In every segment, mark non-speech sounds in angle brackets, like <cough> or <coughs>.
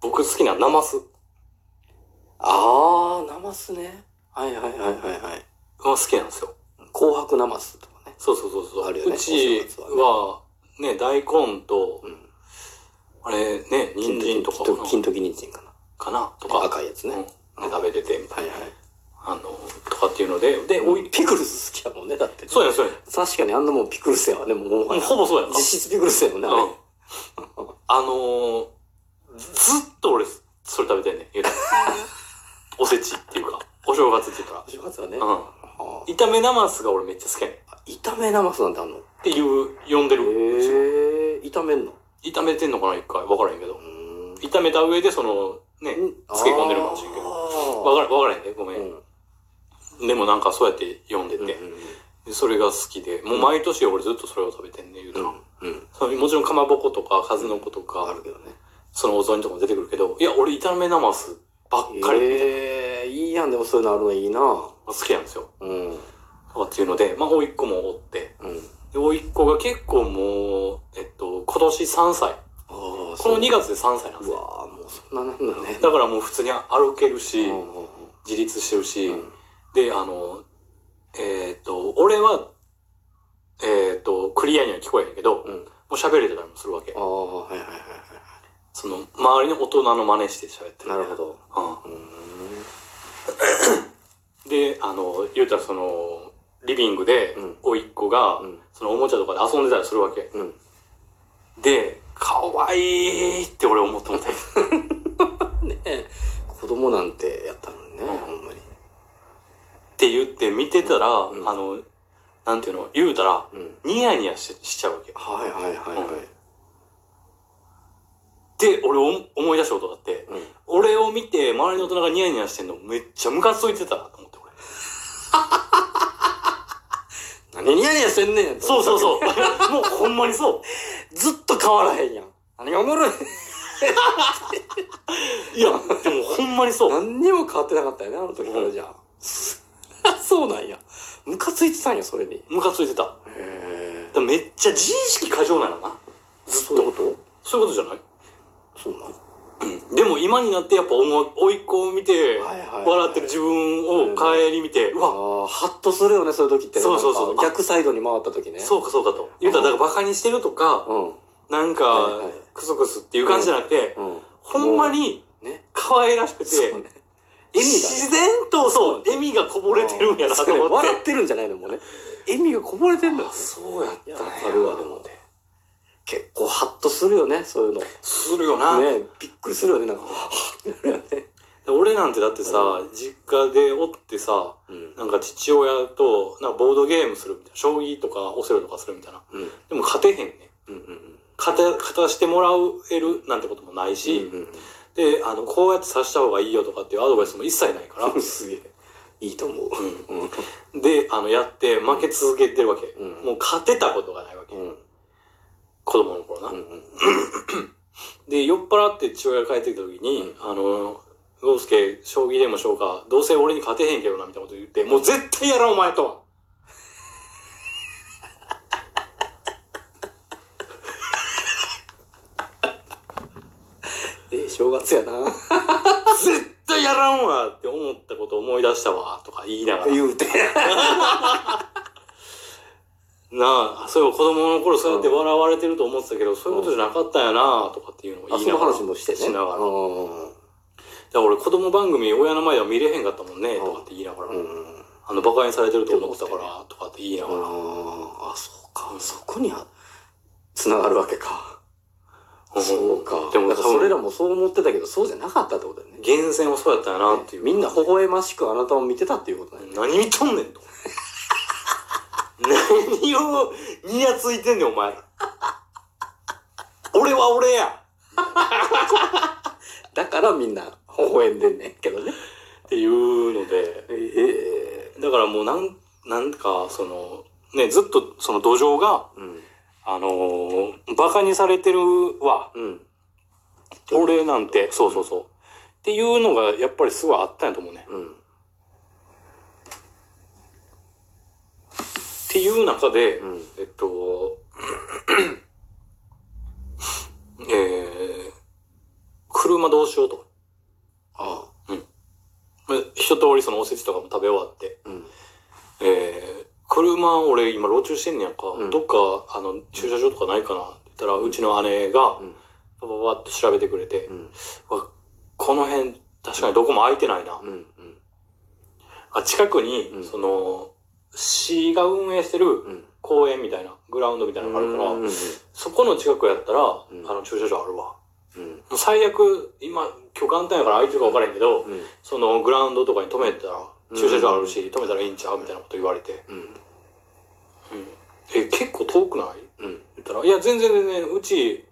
僕好きなナマス。あー、ナマスね。はいはいはいはいはい。が好きなんですよ。紅白ナマスとかね。そうそうそうそう。あるよねうちは、ね、大根と、うん。あれ、ね、人参とかかな金時人参かな。かなとか、赤いやつね。うんで食べてて、みたはいいな。はい。あの、とかっていうので、で、おい、ピクルス好きやもんね、だって。そうやね、そうやね。確かにあんなもんピクルスやわね、もうももはうや。ほぼそうやんか。実質ピクルスやもんね、あれ。うんあのー、ずずっと俺、それ食べてんねん言うたら。おせちっていうか、お正月っていうか。正月はね。うん。あー炒めなますが俺めっちゃ好きやねん。っ炒めナマスなんてあんのていう、呼んでる。へえー、炒めんの炒めてんのかな一回。わからへんけどう。ーん。炒めた上で、その、ね、漬け込んでるかもしれんけど。わど。から、わからへんね。ごうめんん。でもなんかそうやって読んでて、うん。でそれが好きで、もう毎年俺ずっとそれを食べてんね、言うたうら。ん。うん。そのもちろんかまぼことか、数の子とあかる、けどね。そのお雑煮とかも出てくるけど、いや、俺炒めなますばっかりみたいなええー、いいやん、でもそういうのあるのいいな好きなんですよ。うん。うん。とかっていうので、まあ、甥いっ子もおって。で、甥いっ子が結構もう、えっと、今年3歳。ああ、この2月月。で3歳なんですうよ。わあ、もうそんななんだね。だからもう普通に歩けるし、うんうんうん自立してるし、うんで、あの、えっと、俺は、えっと、クリアには聞こえへんけど、もうん。う喋れてたりもするわけあ。あ、はいはいはいはその、周りの大人の真似して喋ってい。る。なるほど。ど。うーん。うん。で、あの、言うたらその、リビングでうん、甥いっ子が、うんそのおもちゃとかで遊んでたりするわけ。うん。で、可愛いって俺思ってもうて。ねえ子供なんてやったのにね、うんほんまに。って言って見てたら、んあの、なんていうの、言うたら、うん。ニヤニヤししちゃうわけ。はいはいはいはい。で、俺お思い出したことがあって、うん。俺を見て周りの大人がニヤニヤしてんのめっちゃムカついてたなと思 <laughs> って俺。何ニヤニヤしてんねんそうそうう。そう。 <laughs> もうほんまにそう。ずっと変わらへんやん。何がおもろいいや、でもほんまにそう。何にも変わってなかったよね、あ <laughs> の時からじゃあ。そうなんや。ムカついてたんや、それに。ムカついてた。だかへらめっちゃ自意識過剰なのな。そういうこそういうことじゃないとそうなんでも今になってやっぱ思う、甥いっ子を見て、はいはいはい笑ってる自分を帰り見て、うあわ、あ、ハッとするよね、そういう時ってね。そうそうそうなんか逆サイドに回った時ね。そうかそうかと。言うたら、だからバカにしてるとか、うん。なんはかいはい、クソクスっていう感じじゃなくて、うん。ほんまにね。可愛らしくて、そうね。笑みがね自然と、そう、笑みがこぼれてるんやなとそうね思って。笑ってるんじゃないのもうね。笑みがこぼれてんだよね。そうやっいや、たわねかるわ、でもね。結構ハッとするよね、そういうの。ねするよな。びっくりするよね、なんか、はぁってなるよね。俺なんてだってさ、実家でおってさ、うん。なんか父親と、なんかボードゲームするみたいな、将棋とかオセロとかするみたいな。うん。でも勝てへんね。うん。うん。勝て、勝たしてもらえるなんてこともないし、で、あの、こうやって指した方がいいよとかっていうアドバイスも一切ないから、うん。 <laughs> すげえ。いいと思う。うん。で、あの、やって負け続けてるわけ。うんもう勝てたことがないわけ。うん。子供の頃な。うん。で、酔っ払って父親が帰ってきた時に、あの、ゴースケ、将棋でもしようか、どうせ俺に勝てへんけどな、みたいなこと言って、もう絶対やらん、お前と。ええ、正月やな。絶対やらんわって思ったことを思い出したわ、とか言いながら。な言うて。あ、そういえば子供の頃そうやって笑われてると思ってたけど、そういうことじゃなかったんやな、とかっていうのをあ言いそなのがら。話もしてね。しながら。うだからん。俺子供番組親の前では見れへんかったもんね、うんとかって言いながら。うん。あの、馬鹿にされてると思ってたから、とかって言いながら。ああ、そうか。そこには、つながるわけか。うんそうか。ででもも、多分それらもそう思ってたけど、そうじゃなかったってことだよね。厳選はそうやったんやな、っていう。みんな微笑ましくあなたを見てたっていうことだよね。何見とんねんと。何をニヤついてんねん、お前ら。俺は俺やだからみんな微笑んでんねんけどね。っていうので、ええだからもうなん、なんか、その、ね、ずっとその土壌が、うん。あのー、馬鹿にされてるわ。うん。俺なんて、そうそうそう。っていうのが、やっぱりすごいあったんやと思うね。うん。っていう中で、うんえっと、えー、車どうしようとか。あまあ一通りそのおせちとかも食べ終わって、あ。うん。えー、車俺今路中してんねやんか、うんどっか、あの、駐車場とかないかなって言ったら、うちの姉がうん、パパパッと調べてくれて、うん。わこの辺、確かにどこも空いてないな。うん。あ近くに、うんその、市が運営してるうん。うん。公園みたいな、グラウンドみたいなのがあるから、うん。そこの近くやったら、んあの、駐車場あるわ。うん。もう最悪、今、今日元旦やから空いてるか分からへんけど、うん。そのグラウンドとかに止めたら、うん駐車場あるし、止めたらいいんちゃうみたいなこと言われて、うん。え、結構遠くないうん。言ったら、いや、全然全然、うち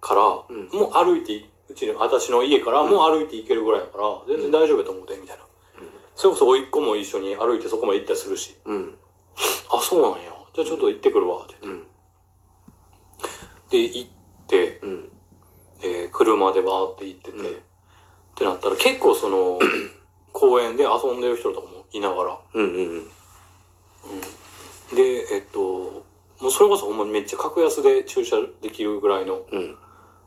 から、うんもう歩いてい、うちの、私の家からもう歩いて行けるぐらいやから、全然大丈夫やと思うで、みたいな。それこそ、甥っ子も一緒に歩いてそこまで行ったりするし、うん。あ、そうなんや。じゃあちょっと行ってくるわ、ってうん。言って。で、行って、うん。えー車でバーって行ってて、うんってなったら結構そ <coughs> の、公園で遊んでる人とかもいながら、うん。うん。で、えっと、もうそれこそほんまにめっちゃ格安で駐車できるぐらいのうん。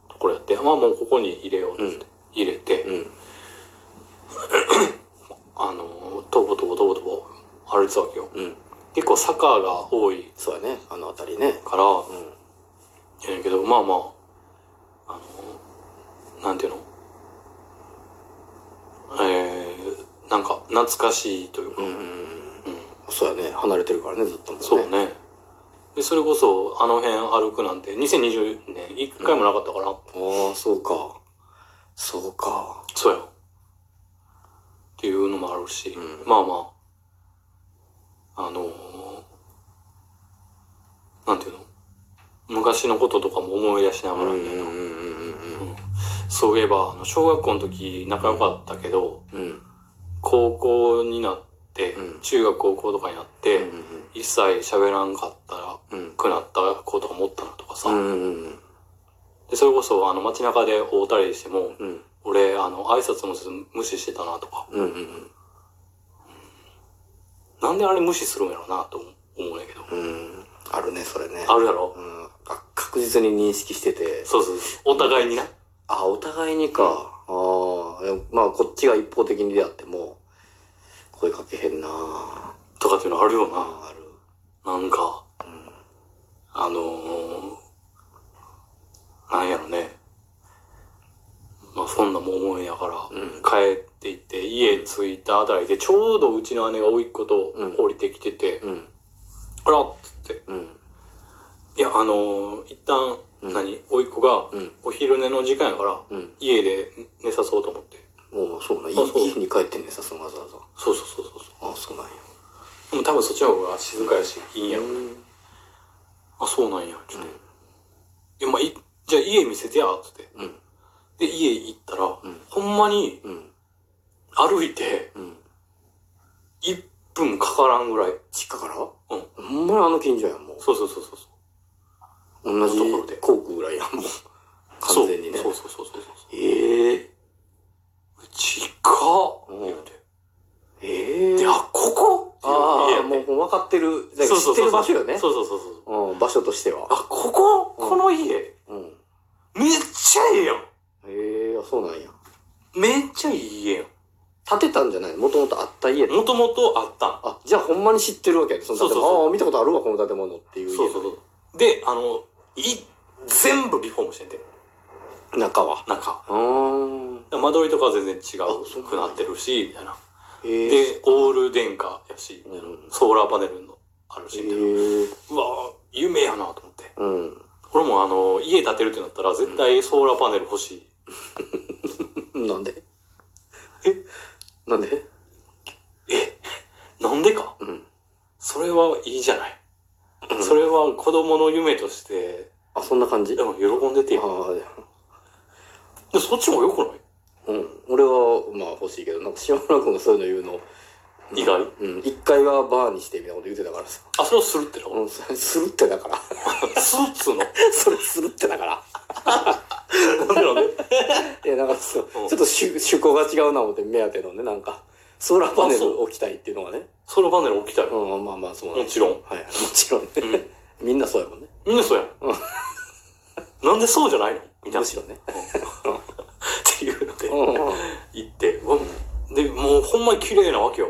ところやって、まあもうここに入れようって言って入れて、うん。あの、とぼとぼとぼとぼ歩いてたわけよ。うん。結構坂が多いそうやね。あの辺りね。から、うん。やねんけど、まあまあ、あの、なんていうのえー、なんか懐かしいというか、うん。そうやね。離れてるからね、ずっとも。そう。ね。で、それこそ、あの辺歩くなんて、2020年一回もなかったから、ああ、そうか。そうか。そうや。っていうのもあるし、うんまあまあ、あのーなんていうの昔のこととかも思い出しなうがら、ん。うん。うん。そういえば、あの小学校の時仲良かったけど、うん。高校になって、うん中学高校とかになって、うん。一切喋らんかったら、うん。くなった子とか持ったなとかさ、うん。で、それこそ、あの、街中で会うたりしても、うん。俺、あの、挨拶もせず無視してたなとか、うん。うん。なんであれ無視するんやろうなと思うんやけど。うん。あるね、それね。あるやろうん。あ確実に認識してて。そうそうそう。お互いにな。あ、お互いにか。ああ、でもまあ、こっちが一方的にであっても、声かけへんなあとかっていうのあるよな。ある。なんか、あのー、なんやろね。まあそんなもん思いやから、うん帰っていって、家着いたあたりで、ちょうどうちの姉が甥っ子とうん降りてきてて、うん。あらっつって。うん。いや、あのー、一旦、うん何甥っ子がうん、お昼寝の時間やから、うん。家で寝さそうと思って。もう、そうな。いいあそう家に帰ってんねんさ、そのわざわざ。そうそうそうそうそう。ああ、そうなんや。でも多分そっちの方が静かやし、いいんやろね。あ、そうなんや、ちょっと。いや、まあ、い、じゃあ家見せてや、つって。うん。で、家行ったら、んほんまにうん。歩いてうん。 1分かからんぐらい。実家からうんほんまにあの近所やん、もう。そうそうそうそう。同じととこころでろで。航空ぐらいやん、もう。そう完全にね。そうそうそうそうそう。ええちかうん言うて。ええで、あ、ここあいやあ、もうもう分かってる。だかそらうそ知うそうってる場所よね。そうそうそうそう。うん、場所としては。あ、ここうんこの家、うん。めっちゃいいやんええあそうなんや。めっちゃいい家やん。建てたんじゃないもともとあった家。もともとあったん。あ、じゃあほんまに知ってるわけやね。その建そうそうそ物。ああ、見たことあるわ、この建物っていう家。そうそうそう。で、あの、い、全部リフォームしてて、中は。中。あー間取りとかは全然違そううくなってるし、みたいな。ええで、オール電化やし、うんうんソーラーパネルのあるし、えみたいなえうわ夢やなと思って。うん。俺もあの、家建てるってなったら絶対ソーラーパネル欲しい。なんでえなんでえ <laughs> なんでかうん。それはいいじゃない。それは子供の夢として、あ、そんな感じであも喜んでてよ。あ、で、そっちも良くないうん。俺は、まあ欲しいけど、なんか島村君がそういうの言意うの。外うん。一回はバーにしてみたいなこと言ってたからさ。あ、それをするってな。うん、それするってだから。 <laughs> スーツの。なんそれするってだから。でなんでいや、なんかそう、ちうょんっと趣趣向が違うな思って、目当てのね、なんか、ソーラーパネル置きたいっていうのがね。ソーラーパネル置きたい。もうん、まあまあ、そうなんですちろん。はい、もちろんね。うん <laughs> みんなそうやもんね。 <laughs> みんなそうやん。なんでそうじゃないのみたいむなし。ろっね。てうんうん。行って、うわで、もうほんまに綺麗なわけよ。